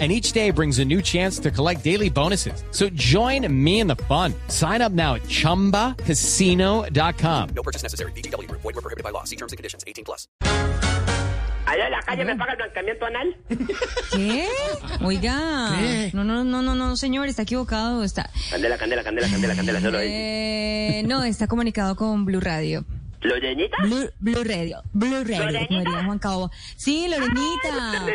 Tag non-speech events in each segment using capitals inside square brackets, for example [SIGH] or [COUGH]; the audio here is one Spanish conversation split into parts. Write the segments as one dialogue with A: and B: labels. A: and each day brings a new chance to collect daily bonuses. So join me in the fun. Sign up now at ChumbaCasino.com.
B: No purchase necessary. BGW. Void were prohibited by law. See terms and conditions. 18 plus.
C: Allá en la calle me paga el blanqueamiento anal.
D: ¿Qué? Oiga. No, no, no, no, no, señor, está equivocado. Está,
C: Candela, candela, candela, candela, candela. Eso lo es.
D: eh, no, está comunicado con Blue Radio.
C: ¿Lo llenitas?
D: Blue, Blue Radio. Blue Radio, como diría Juan Cabo. Sí,
C: Me
D: Lorenita.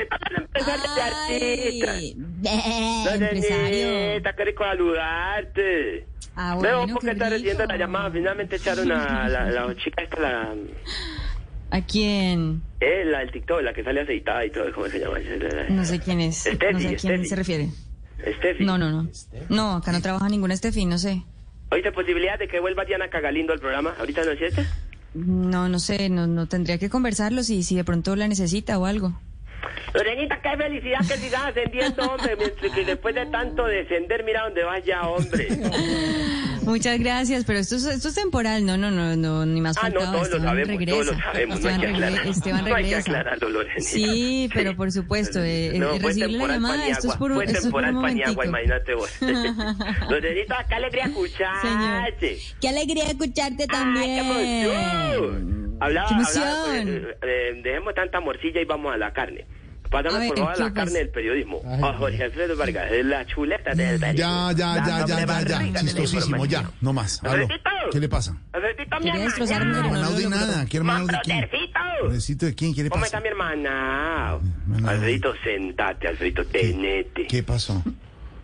C: pagan empezar de artista.
D: Ay, eh, empresario.
C: Lorenita, qué rico saludarte.
D: Ah,
C: Veo
D: bueno,
C: por qué
D: qué
C: está recibiendo la llamada.
D: rico.
C: Finalmente echaron a la,
D: [LAUGHS]
C: la chica esta, la,
D: ¿A quién?
C: eh, la del TikTok, la que sale aceitada y todo. ¿Cómo se llama?
D: No sé quién es.
C: Steffi,
D: No sé a quién
C: Steffi.
D: se refiere.
C: Steffi.
D: No, no, no. No, acá no trabaja ninguna Steffi, no sé.
C: ¿Oíste posibilidad de que vuelva Diana Cagalindo al programa? ¿Ahorita no es cierto?
D: No, no sé, no, no tendría que conversarlo si, si de pronto la necesita o algo.
C: Lorenita, qué felicidad que sigas ascendiendo, hombre. Mientras que después de tanto descender, mira dónde vas ya, hombre.
D: [LAUGHS] Muchas gracias, pero esto es, esto es temporal, no, no, no, no, ni más
C: Ah, no,
D: faltaba.
C: todos lo
D: Esteban
C: sabemos,
D: regresa.
C: todos lo sabemos. No hay
D: Esteban,
C: que
D: regle-
C: aclarar.
D: Esteban
C: No hay que
D: regresa.
C: aclararlo, Lorenita.
D: [LAUGHS] Sí, pero por supuesto, eh, eh,
C: fue
D: recibirle la
C: temporal
D: llamada, esto es
C: Paniagua,
D: por un,
C: fue
D: esto es por un
C: temporal
D: momentico.
C: Paniagua, imagínate
D: [LAUGHS]
C: vos. Lorenita, qué alegría
D: Señor,
C: escucharte.
D: qué alegría
C: Ah,
D: escucharte también.
C: ¡Ay, qué emoción! Hablaba,
D: ¡Qué
C: hablaba, pues,
D: emoción!
C: eh, eh, dejemos tanta morcilla y vamos a la carne.
D: A
C: Pásame
D: ver,
C: por favor a
D: ¿qué
C: la
D: pasa?
C: carne del periodismo. Ah, Jorge Alfredo Vargas, es la chuleta del periodismo.
E: Ya, ya,
C: La
E: ya, ya,
C: doble
E: ya,
C: barriga de
E: ya.
C: la
E: Chistosísimo, ya.
C: información.
E: No más. Aló.
C: Alfredito.
E: ¿Qué le pasa?
C: Alfredito, mi
D: Quería
C: hermana.
D: destrozar mi hermano.
E: Arnaldo y
D: no, no,
E: nada. ¿Qué hermano de quién?
C: Mastercito.
E: ¿Necesito de quién? ¿Qué le
C: ¿Cómo
E: pasa?
C: está mi hermana?
E: Hermana.
C: Alfredito, sentate, Alfredito, tenete.
E: ¿Qué pasó?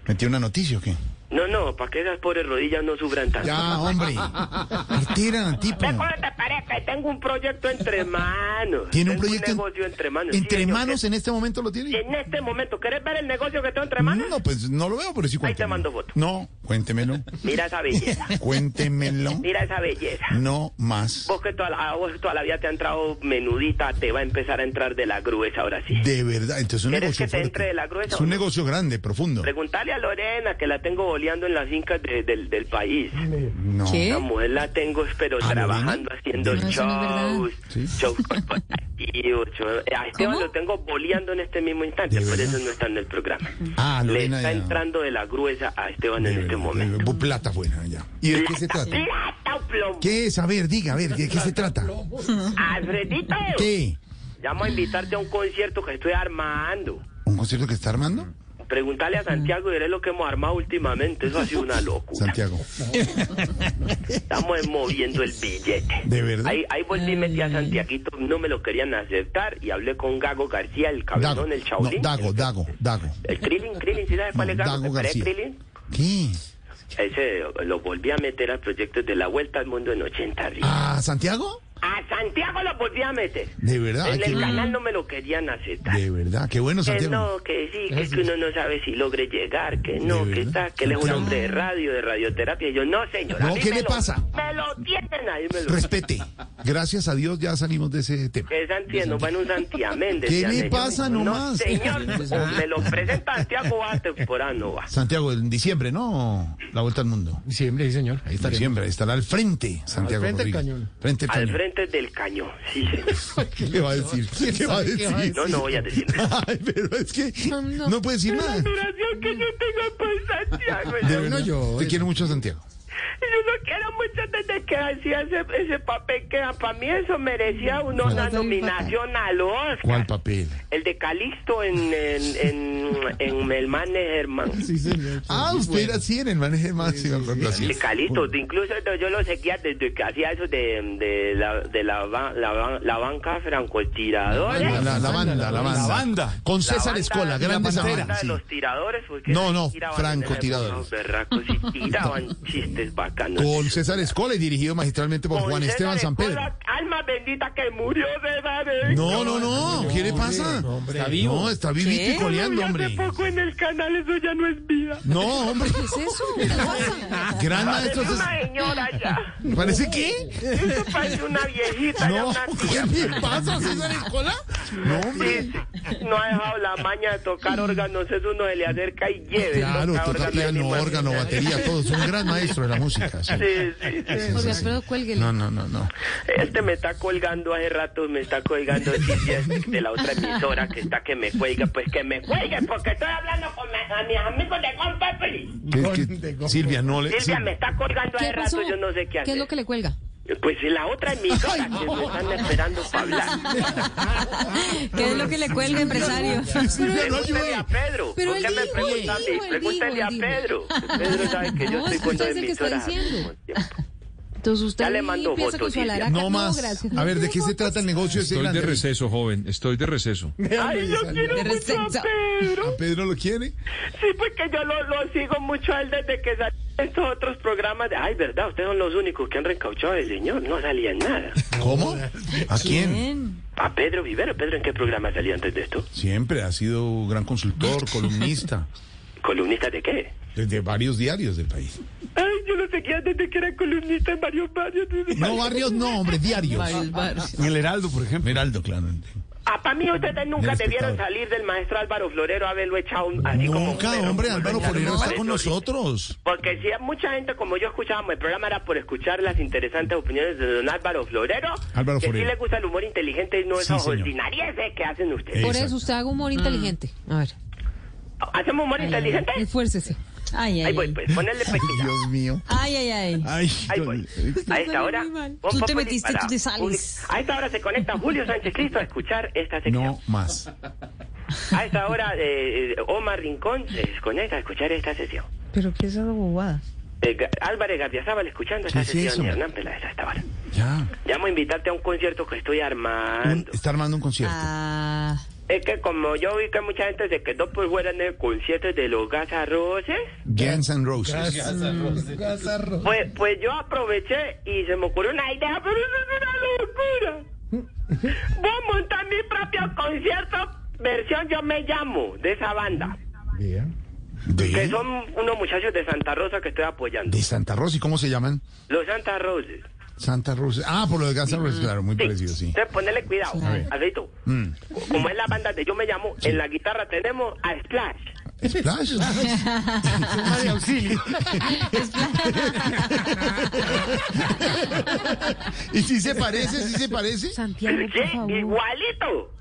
E: ¿Metió una noticia o qué?
C: No, no, para que esas pobres rodillas no sufran tanto.
E: Ya, hombre. Artera, tipo.
C: ¿Cómo te parece? Tengo un proyecto
E: [LAUGHS]
C: entre manos.
E: Tiene un
C: Tengo
E: proyecto en-
C: negocio entre manos. Sí,
E: entre
C: señor,
E: manos
C: que-
E: en este momento lo tiene.
C: En este momento, ¿quieres ver el negocio que tengo entre manos?
E: No, pues no lo veo, pero sí
C: Ahí te
E: cuéntemelo.
C: mando foto.
E: No,
C: [LAUGHS]
E: cuéntemelo.
C: Mira esa
E: [LAUGHS]
C: belleza.
E: Cuéntemelo.
C: Mira esa belleza.
E: No más.
C: Vos que toda la, a vos toda la vida te ha entrado menudita, te va a empezar a entrar de la gruesa ahora sí.
E: De verdad. Entonces es un
C: ¿Quieres
E: negocio
C: que te
E: fuerte.
C: entre de la gruesa
E: Es
C: o
E: un
C: no?
E: negocio grande, profundo.
C: Preguntale a Lorena, que la tengo boleando en las fincas de- del, del país.
E: No.
D: ¿Qué?
C: La mujer la tengo, pero
E: ¿A
C: trabajando,
E: Lorena?
C: haciendo
D: No, eso no
C: shows,
D: es
E: Sí.
C: shows [LAUGHS] corporativos. shows- A Esteban
D: ¿Cómo?
C: lo tengo boleando en este mismo instante,
E: ¿De
C: por
E: verdad?
C: eso no está en el programa.
E: Ah,
C: Le
E: Lorena
C: está
E: ya.
C: entrando de la gruesa a Esteban
E: De
C: en este
E: verdad,
C: momento.
E: de verdad. Plata fuera, ya. ¿Y de qué se
C: Plata,
E: trata?
C: plata o plomo.
E: ¿Qué es? A ver, diga, a ver, ¿de qué se trata?
C: Alfredito,
E: ¿Qué?
C: ya vamos a invitarte a un concierto que estoy armando.
E: ¿Un concierto que está armando?
C: Pregúntale a Santiago y veré lo que hemos armado últimamente. Eso ha sido una locura.
E: Santiago.
C: Estamos moviendo el billete.
E: ¿De verdad?
C: Ahí, ahí volví y metí a Santiaguito, no me lo querían aceptar y hablé con Gago García, el cabezón,
E: Dago.
C: el
E: No,
C: chaulín.
E: Dago, Dago, Dago.
C: El Krillin, Krillin, ¿sí sabes cuál es
E: No,
C: Gago?
E: Dago
C: ¿Te parece
E: García.
C: Krillin?
E: ¿Qué?
C: Ese lo volví a meter al proyecto de la Vuelta al Mundo en 80 días.
E: ¿A ¿Ah, Santiago?
C: A Santiago lo volví a meter.
E: ¿De verdad? Ay,
C: En
E: qué
C: el
E: bueno.
C: canal no me lo querían aceptar.
E: De verdad, qué bueno,
C: Que
E: Santiago.
C: no, que sí, que, es que uno no sabe si logre llegar, que no,
E: ¿De
C: que
E: verdad?
C: está, que él es un
E: Santiago.
C: hombre de radio, de radioterapia. Y yo, no, señor. a
E: No,
C: mí
E: ¿qué
C: me
E: le
C: lo-
E: pasa?
C: Me lo tienen ahí, me lo
E: Respete. Gracias a Dios ya salimos de ese tema.
C: Que Santiago nos va en un Santiamén.
E: ¿Qué
C: decían
E: le
C: ellos.
E: pasa nomás?
C: No,
E: [LAUGHS]
C: señor, o me lo presenta Santiago va a temporada, no va.
E: Santiago, en diciembre, ¿no? La vuelta al mundo.
F: Diciembre, sí, señor. Ahí está.
E: Diciembre, estará al frente, Santiago.
F: frente del
E: Rodríguez.
F: cañón.
E: Frente al
C: Al
E: cañón.
C: frente del cañón, sí, señor.
E: ¿Qué le va a decir? [LAUGHS] ¿Qué va a
F: sabe qué va a
E: decir?
C: No, no voy a decir
E: [LAUGHS]
C: nada.
E: Ay, pero es que no puede decir nada.
C: Duración que yo tengo por Santiago.
E: De
C: Yo,
E: verdad,
F: yo,
E: Te
F: eh.
E: quiero mucho, Santiago.
C: yo lo quiero mucho desde que hacía ese, ese papel que para mí eso merecía una, una nominación al Oscar.
E: ¿Cuál papel?
C: El de Calixto en, en, en, en El Mane Germán.
F: Sí, señor.
E: Ah, usted era así en el manejo máximo.
C: De Calixto, de incluso yo- yo lo seguía desde que hacía eso de, de, la, de la, ba- la, ba- la banca francotiradora.
E: La, la- la banda, la banda.
F: La banda.
E: Con César Escola, grande
C: la
E: esa
C: banda
E: banda.
C: de
E: sí.
C: los tiradores. porque
E: No, no,
C: tiraban en el-
E: francotiradores. [LAUGHS]
C: los berracos y tiraban chistes bacano.
E: Con César Escola y dirigido magistralmente por
C: Con
E: Juan
C: César
E: Esteban San Pedro.
C: Escola, Alma bendita que murió César ¿eh? Escola.
E: No, no, no. ¿Qué le pasa?
F: Está
E: No, está vivito y
D: ¿Qué?
E: coleando,
C: Ya
E: hombre.
C: hace poco en el canal, eso ya no es vida.
E: No, hombre.
D: ¿Qué es eso? ¿Qué
C: Ah,
D: pasa?
E: Gran maestro.
C: Parece una señora
E: [LAUGHS]
C: ya.
E: César- ¿Parece qué?
C: Eso parece una viejita, ya
E: No. [LAUGHS]
C: una tía.
E: ¿Qué le pasa a César Escola? No, hombre.
C: Sí, no ha dejado la maña de tocar órganos, eso uno se le acerca y lleve.
E: Claro, toca
C: órganos y
E: piano,
C: demás.
E: órgano, batería, todo. Es un gran maestro de la música. sí.
C: Sí, sí, sí.
D: Oiga, pero cuélguele.
E: No, no, no, no.
C: Este me está colgando hace rato, me está colgando sí, sí, es de la otra emisora que está que me cuelga, pues que me cuelgue, porque estoy hablando con mi- a mis amigos de Juan Pepeli.
E: ¿Qué- qué- Silvia, no le.
C: Silvia
E: Sil-
C: me está colgando hace
D: ¿Qué pasó?
C: rato, yo no sé qué hacer.
D: es lo que
C: [LAUGHS]
D: le cuelga?
C: Pues en la otra emisora que me están esperando para
D: [LAUGHS]
C: hablar.
D: ¿Qué es lo que le cuelga, empresario?
C: Pregúntele a Pedro.
G: Pero
C: ¿Por
G: él
C: qué me
G: dijo,
C: pregunta a
G: él
C: mí?
G: dijo, él
C: Pregúntele
G: dijo,
C: a
G: él
C: Pedro. Pedro sabe que yo
G: No,
C: estoy con
G: escucha,
C: dos
G: es el que está
C: emisoras. al
G: diciendo.
C: mismo tiempo.
G: Entonces usted
C: Ya le
G: ahí
C: mando
G: piensa
C: fotos,
G: con su
C: Silvia.
G: alaraca.
E: No más.
G: gracias.
E: A ver, ¿de qué se
G: fotos.
E: trata el negocio ese
F: Estoy de
E: grande?
F: receso, joven. Estoy de receso.
C: Ay, yo quiero
D: De
C: mucho a
D: receso.
C: Pedro.
E: ¿A Pedro lo quiere?
C: Sí, porque yo lo, lo sigo mucho a él desde que salen estos otros programas. De, Ay, verdad, ustedes son los únicos que han reencauchado al señor. No salía en nada.
E: ¿Cómo? ¿A quién?
D: Bien.
C: A Pedro Vivero. Pedro, ¿en qué programa salía antes de esto?
E: Siempre ha sido gran [LAUGHS] consultor, columnista,
C: ¿Columnista de qué?
E: desde varios diarios del país.
C: Ay, yo lo seguía desde que era columnista en varios barrios.
E: No, barrios no, hombre, diarios. El Heraldo, por ejemplo. Heraldo, claro.
C: Ah, para mí ustedes nunca
E: Del
C: debieron
E: espectador.
C: salir del maestro Álvaro Florero a haberlo echado un- así como...
E: Nunca,
C: Pedro,
E: hombre,
C: como
E: Álvaro
C: lo echaron
E: Forero
C: a
E: está
C: Pedro
E: con
C: ahorita.
E: nosotros.
C: Porque si a mucha gente como yo escuchábamos el programa era por escuchar las interesantes opiniones de don Álvaro Florero,
E: Álvaro
C: que sí
E: Forero.
C: le gusta el humor inteligente y no
E: Sí,
C: esos
E: señor. Eh.
C: ordinarieces que hacen ustedes.
G: Por
E: Exacto. Mm.
G: eso usted haga humor inteligente.
D: A ver,
C: ¿Hacemos humor inteligente?
G: Esfuércese.
D: ay,
C: Ahí
D: ay,
C: voy,
D: ay.
C: pues, ponerle pechita.
E: Dios mío.
D: Ay, ay, ay.
E: Ay,
C: Ahí voy. A esta hora.
G: muy mal.
C: Voz
D: Tú te
C: Populi
D: metiste,
C: para
D: tú te sales.
C: public- A esta hora se conecta Julio Sánchez Cristo a escuchar esta sección.
E: No más.
C: A esta hora eh, eh, Omar Rincón se desconecta a escuchar esta sección.
D: Pero qué es esa bobada.
C: Eh, Ga- Álvarez Gardiazabal escuchando esta
E: ¿Qué es
C: sección
E: eso?
C: y Hernán Peláez a esta hora.
E: Ya.
C: Llamo a invitarte a un concierto que estoy
E: Un-
C: armando.
E: está armando un concierto.
D: Ah,
C: Es que como yo vi que mucha gente se quedó por fuera en el concierto de los Gas Arroces,
E: Guns N' Roses.
C: pues, pues yo aproveché y se me ocurrió una idea, pero eso es una
E: [LAUGHS]
C: locura. Voy a montar mi propio concierto, versión Yo Me Llamo, de esa banda. Que
E: ¿De?
C: son unos muchachos de Santa Rosa que estoy apoyando.
E: de Santa Rosa. ¿Y cómo se llaman?
C: Los Santa Roses.
E: Santa Rosa. Ah, por lo de Guns N'
C: Mm.
E: Roses, claro, muy parecido, sí.
C: Entonces, ponerle cuidado.
E: A ver.
C: Aceito.
E: Mm.
C: Como es la banda de Yo Me Llamo, en la guitarra tenemos a Splash.
E: Splash. de auxilio. [LAUGHS] ¿Y si se parece? ¿Si se parece?
G: Santiago, por
C: Sí,
G: favor.
C: igualito.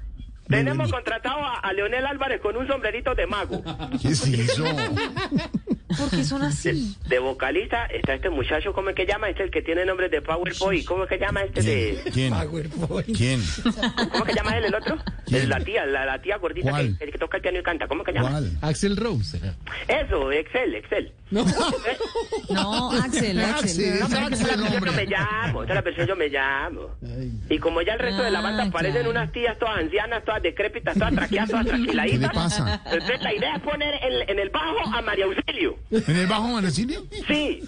C: Tenemos contratado a, a Leonel Álvarez con un sombrerito de mago.
E: ¿Qué se hizo?
G: ¿Por qué son así?
C: De vocalista está este muchacho, ¿cómo es que llama? Este el que tiene nombre de PowerPoint. ¿Cómo es que llama este de...
E: ¿Quién?
H: [LAUGHS]
E: ¿Quién?
C: ¿Cómo es que llama él el otro?
E: ¿Quién?
C: La tía, la, la tía gordita
E: ¿Cuál?
C: que, el que toca el piano y canta. ¿Cómo es que llama?
E: ¿Cuál?
F: Axel Rose.
C: Eso, Excel, Excel. ¿Eh?
D: no, Axel,
G: Ah,
E: Sí,
D: Axel.
E: es
C: Esa
E: Axel,
C: versión yo me
E: hombre.
C: llamo, esa es la versión yo me llamo. Y como ya el resto de la banda
D: Ah,
C: parecen
D: claro.
C: unas tías todas ancianas, todas decrépitas, todas traqueadas, todas
E: ¿Qué le
C: tranquiladitas.
E: pasa?
C: Entonces la idea es poner en, en el bajo a María Auxilio.
E: ¿En el bajo Manecini?
C: Sí.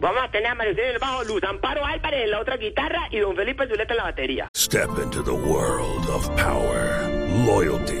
C: Vamos a tener a María Auxilio en el bajo, Luz Amparo Álvarez en la otra guitarra y don Felipe Zuleta en la batería.
I: Step into the world of power, loyalty,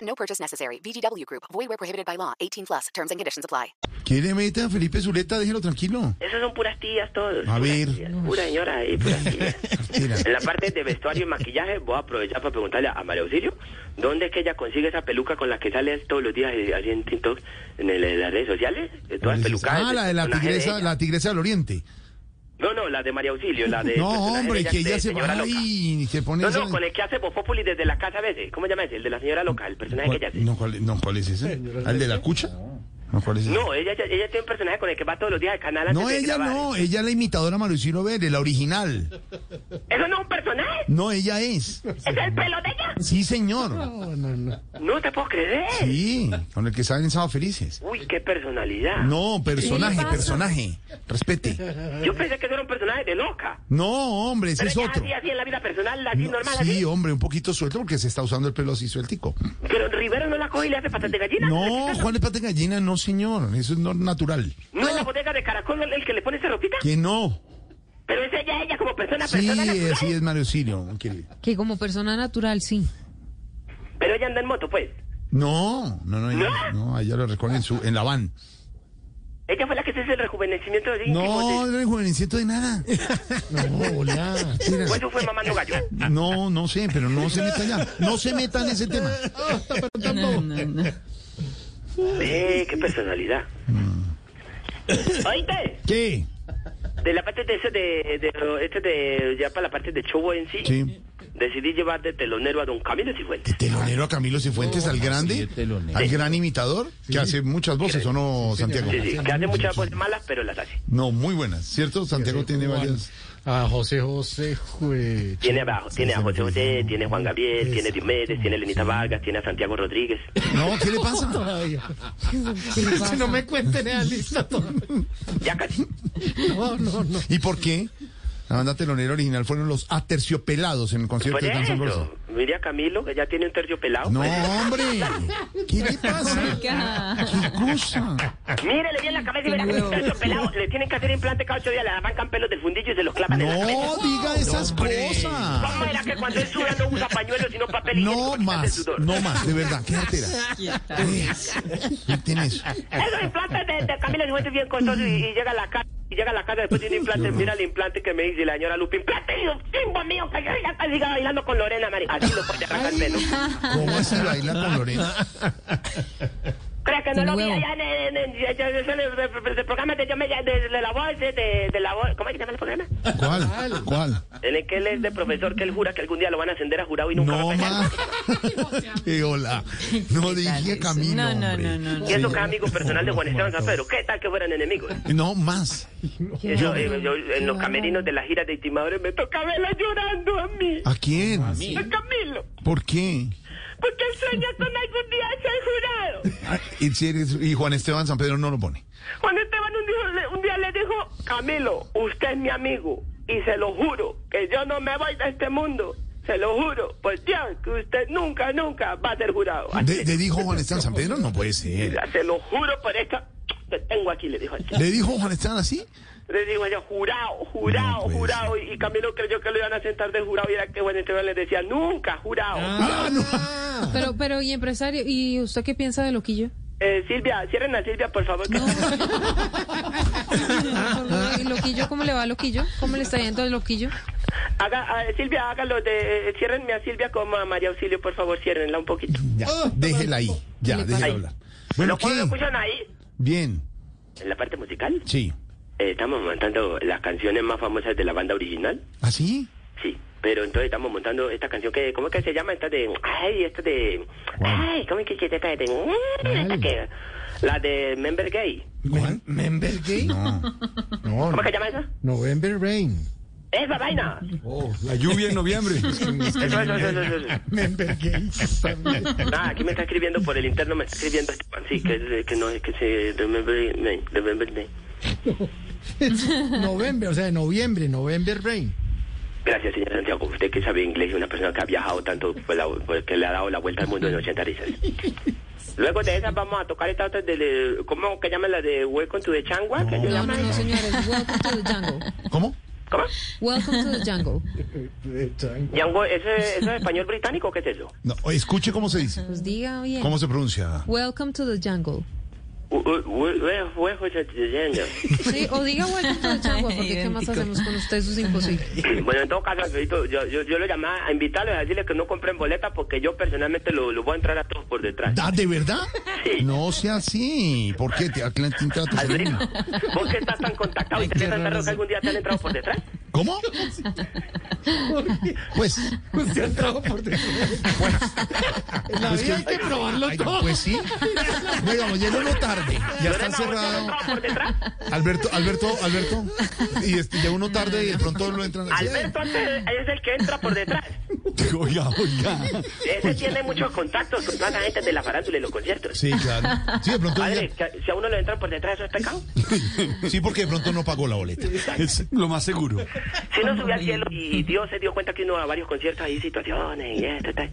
J: No purchase necessary. VGW Group. Void where prohibited by law. 18 plus. Terms and conditions apply.
E: ¿Qué le mete a Felipe Zuleta? Déjelo tranquilo.
C: Esas son puras tías todos.
E: A
C: puras
E: ver.
C: tías, Pura señora y
E: [LAUGHS]
C: puras tías.
E: Mira.
C: En la parte de vestuario y maquillaje voy a aprovechar para preguntarle a María Auxilio dónde es que ella consigue esa peluca con la que sale todos los días eh, así en TikTok, en, el- en las redes sociales, eh, todas pelucadas.
E: Ah, la de la
C: personaje de
E: tigresa,
C: ella.
E: la tigresa del oriente.
C: No, no, la de María Auxilio, la de...
E: No,
C: personaje de
E: hombre, que
C: de
E: ella se
C: señora
E: va
C: loca.
E: y se pone
C: No,
E: esa-
C: no, con el que hace Voz Populi desde la casa a veces. ¿Cómo llama ese? El de la señora loca, el personaje que ella hace.
E: ¿Cuál- No, ¿cuál, no, ¿cuál es ese? ¿Al de la cucha? No, ¿cuál es ese?
C: No, ella, ella, ella tiene un personaje con el que va todos los días al canal antes
E: No,
C: de
E: ella
C: grabar.
E: no, ella es la imitadora Marucilo Vélez, la original.
C: ¿Eso no es un personaje?
E: No, ella es.
C: ¿Es el pelo de ella?
E: Sí, señor.
C: No te puedo creer.
E: Sí, con el que salen sábado felices.
C: Uy, qué personalidad.
E: No, personaje,
G: pasa?
E: personaje. Respete.
C: Yo pensé que eso era un personaje de loca.
E: No, hombre, ese
C: Pero
E: es
C: ella
E: otro.
C: así, así en la vida personal, así
E: No,
C: normal,
E: sí,
C: así.
E: hombre, un poquito suelto porque se está usando el pelo así sueltico.
C: Pero Rivero no la coge y le hace patas de gallina.
E: No, Juan de Pata de Gallina, no, señor. Eso es no natural.
C: ¿No es la bodega de caracol el que le pone esa ropita?
E: Que no.
C: Pero es ella, ella como persona,
E: Sí,
C: persona natural.
E: así es Mario Sirio. querido.
G: Que como persona natural, sí.
C: Pero ella anda en moto, pues.
E: No, no, no, ella, no, ella lo recuerda en, su, en la van.
C: Ella fue la que se hizo el rejuvenecimiento de
E: No, no rejuvenecimiento de nada.
C: Pues eso fue mamando gallo.
E: No, no sé, pero no se meta ya. No se meta en
C: [LAUGHS]
E: ese tema.
C: Ah,
G: No, no, no.
C: Eh, qué personalidad.
E: Mm.
C: Oíste,
E: ¿Qué?
C: de la parte de ese de, de, este de, ya para la parte de show en sí,
E: Sí.
C: decidí llevar de telonero a don Camilo Cifuentes.
E: ¿De telonero a Camilo Cifuentes, al grande? ¿Al gran imitador? Que hace muchas voces, ¿o no, Santiago?
C: Sí, sí, que hace muchas cosas malas, pero las hace.
E: No, muy buenas, ¿cierto? Santiago tiene varias.
H: A José José, jue-
C: Tiene abajo, tiene a José José, tiene a Juan Gabriel, tiene a Diomedes, tiene a Lenita Vargas, tiene a Santiago Rodríguez.
E: No, ¿qué le pasa?
H: Todavía. [LAUGHS] Si no me cuenten esa lista. todavía.
C: Ya casi.
H: No, no, no.
E: ¿Y por qué? La banda telonera original fueron los aterciopelados en el
C: Por
E: concierto de Danza Rosa.
C: eso, mire a Camilo, que ya tiene un tercio pelado.
E: No,
C: pues.
E: hombre. ¿Qué le pasa? ¿Qué cosa?
C: Mírele bien la cabeza y verá que
D: Qué
C: un tercio pelado. Le tienen que hacer implante cada ocho días, le arrancan pelos del fundillo y se los clavan en la cabeza.
E: No diga esas cosas.
C: ¿Cómo era que cuando él suda no usa pañuelo sino papel higiénico
E: No
C: porque hace
E: más,
C: sudor?
E: no más, de verdad, qué artera. ¿Qué tienes?
C: Esos implantes de, de Camila Cifuentes bien costosos y, y llega a la casa. Y llega a la casa después tiene implante, mira el implante que me dice la señora Lupe, implante y yo, chimbo mío, que yo ya casi siga bailando con Lorena María. Así lo puede arrancar pelo.
E: ¿Cómo así baila con Lorena?
C: ¿Crees que no lo vi
G: Huevo.
C: allá en, en, en- en- en- en- en- en- en el programa de, yo me- de- de la voz, de, de- de la voz, ¿cómo es que se llama el programa?
E: ¿Cuál? ¿Cuál?
C: En el que él es de profesor que él jura que algún día lo van a ascender a jurado y nunca va
E: No
C: a pasar.
E: más. Qué hola. No dije camino.
D: No, no, no,
E: hombre.
D: no, no.
C: Y eso que es amigo personal de Juan Esteban San Pedro, ¿qué tal que fueran enemigos?
E: No más.
C: Yo, eh, yo, en los camerinos de la gira de Estimadores me toca verla llorando a mí.
E: ¿A quién?
C: A Camilo,
E: ¿Por qué?
C: porque él sueña con algún día ser jurado.
E: Ah, ¿en serio? Y Juan Esteban San Pedro no lo pone.
C: Juan Esteban un día, le- un día le dijo, Camilo, usted es mi amigo y se lo juro que yo no me voy de este mundo. Se lo juro, pues Dios, que usted nunca, nunca va a ser jurado. Así
E: ¿Le, le dijo Juan Esteban San Pedro? No puede ser.
C: es. Se lo juro por esta que tengo aquí, le dijo.
E: ¿Le dijo Juan Esteban así?
C: Le digo yo, jurado, jurado,
E: No puede
C: jurado. Y, y Camilo creyó que lo iban a sentar de jurado y era que Juan Esteban le decía, nunca, jurado.
E: Ah, no.
G: Pero, pero, ¿y empresario? ¿Y usted qué piensa de
D: [LAUGHS]
G: Loquillo?
C: Eh, Silvia, cierren a Silvia, por favor. que- [LAUGHS]
G: ¿Y Loquillo? ¿Cómo le va a Loquillo? ¿Cómo le está yendo a Loquillo?
C: Haga, eh, Silvia, hágalo de... eh, ciérrenme a Silvia como a María Auxilio, por favor, ciérrenla un poquito.
E: Ya,
H: Ah.
E: déjela ahí. Ya, déjela
C: Ahí.
E: hablar.
C: ¿Lo,
E: Bueno,
C: cu- lo
H: pues,
E: ¿qué?
C: escuchan ahí?
E: Bien,
C: En la parte musical,
E: sí.
C: eh, estamos montando las canciones más famosas de la banda original.
E: ¿Así?
C: Sí, pero entonces estamos montando esta canción que, ¿cómo es que se llama? Esta de, ay, esta de, ay, ¿cómo es que se esta de, mm, esta que, la de Member Gay?
H: ¿Cuál? ¿Member Gay?
E: No.
H: No,
C: ¿Cómo es que se llama esa?
H: November Rain.
C: Esa vaina.
F: La lluvia en noviembre.
C: Eso, eso, eso, eso, eso, eso.
H: Member Gay.
C: Ah, aquí me está escribiendo por el interno, me está escribiendo Esteban, sí, que, que no, es que se, Remember Gay, Remember Gay.
H: [LAUGHS] November, o sea, de noviembre, November Rain.
C: Gracias, señor Santiago. Usted que sabe inglés y una persona que ha viajado tanto, pues, la- pues, que le ha dado la vuelta al mundo en 80 risas. Luego de esas vamos a tocar esta otra de, de- ¿cómo que llama la de Welcome to the Changua? ¿Qué se
G: No,
C: llama?
G: no, no, señores. Welcome to the Django.
E: ¿Cómo?
C: ¿Cómo?
G: Welcome to the Django.
C: Django, ¿eso, es- ¿eso es español británico o qué es eso?
E: No, escuche cómo se dice.
G: Pues diga bien.
E: ¿Cómo se pronuncia?
G: Welcome to the Jungle.
C: U- u- u- u- u- u-
G: Sí, o diga Welcome to the [LAUGHS] Jungle, porque ¿qué más
D: Idéntico.
G: hacemos con ustedes? Eso es imposible.
C: Bueno, en todo caso, Alfredito, yo, yo, yo lo llamaba a invitarlos a decirles que no compren boletas porque yo personalmente lo, lo voy a entrar a todos por
E: [LAUGHS]
C: detrás.
E: ¿Ah, ¿De verdad? No sea así. ¿Por qué? Te, te, te- te- te-
C: Alfredito, ¿vos que estás tan contactado y te piensas que algún día te han entrado por detrás?
E: ¿Cómo? Pues.
H: Usted ha entrado por dentro. En la
E: Pues que-
H: vida hay que probarlo
E: Ay,
H: todo.
E: Pues sí. Digamos, llega uno tarde. Ya está cerrado. Alberto, Alberto, Alberto. Y este, llega uno tarde y de pronto lo entran. así,
C: Alberto antes es el que entra
K: [LAUGHS]
C: por detrás.
E: Oiga, oiga.
C: Ese tiene muchos contactos con toda la gente de la farándula y los conciertos.
E: Sí, claro. Sí, de pronto.
C: Padre, que- si a uno le entran por detrás, ¿eso es pecado?
E: Sí, porque de pronto no pagó la boleta.
F: Es lo más seguro.
C: Si uno sube al cielo y Dios se dio cuenta que uno a varios conciertos hay situaciones y esto, tal.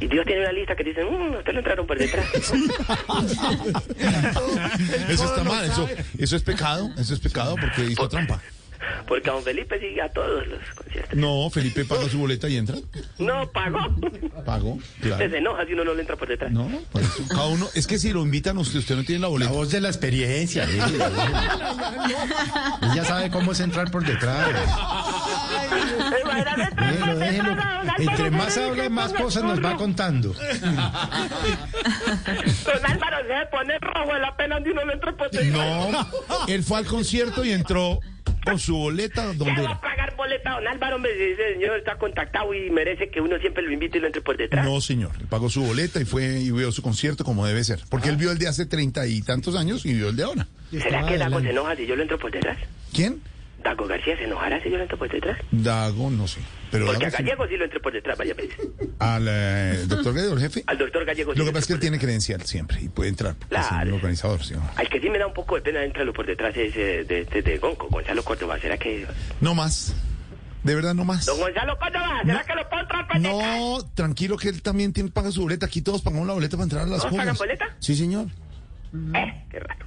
C: Y Dios tiene una lista que dice, mmm, usted le entraron
K: [LAUGHS]
C: por detrás.
E: Eso está mal. Eso, eso es pecado. Eso es pecado porque hizo trampa.
C: Porque a don Felipe sigue a todos los conciertos.
E: No, Felipe pagó su boleta y entra.
C: No, pagó.
E: Pagó.
C: Usted
E: Claro.
C: se enoja si uno no le entra por detrás.
E: No, por eso. Cada uno, es que si lo invitan a usted, usted no tiene la boleta.
K: La voz de la experiencia. eh. Ella sabe cómo es entrar por detrás. Déjelo, déjelo. Entre más habla, más cosas nos va contando.
C: Don Álvaro se pone rojo en la pena donde uno le entra por detrás.
E: No, él fue al concierto y entró con su boleta donde
C: ¿Qué va
E: era.
C: a pagar boleta, don Álvaro? Me dice, señor, está contactado y merece que uno siempre lo invite y lo entre por detrás.
E: No, señor. Él pagó su boleta y fue y vio su concierto como debe ser. Porque él vio el de hace treinta y tantos años y vio el de ahora.
C: ¿Será que Dago se enoja si yo lo entro por detrás?
E: ¿Quién?
C: ¿Dago García se enojará si yo lo entro por detrás?
E: Dago, no sé. Pero
C: Porque a
E: Dago sí.
C: Gallego sí lo entro por detrás, vaya, pues.
E: al eh, doctor Gallego, el jefe.
C: Al doctor Gallego sí
E: Lo que
C: lo
E: pasa es que
C: entro
E: él tiene credencial siempre y puede entrar. porque es
C: Claro.
E: el organizador, sí.
C: por- Al que sí me da un poco de pena entrarlo por detrás es eh, de, de- de Gonco, Gonzalo Córdoba. ¿Será que...
E: No más. De verdad, no más.
C: Don Gonzalo Córdoba, ¿será que lo puedo entrar pues, por detrás?
E: No, tranquilo que él también tiene, paga su boleta. Aquí todos pagamos la boleta para entrar a las
C: ¿Todos
E: cosas.
C: pagan boleta?
E: Sí, señor.
C: Eh, qué raro.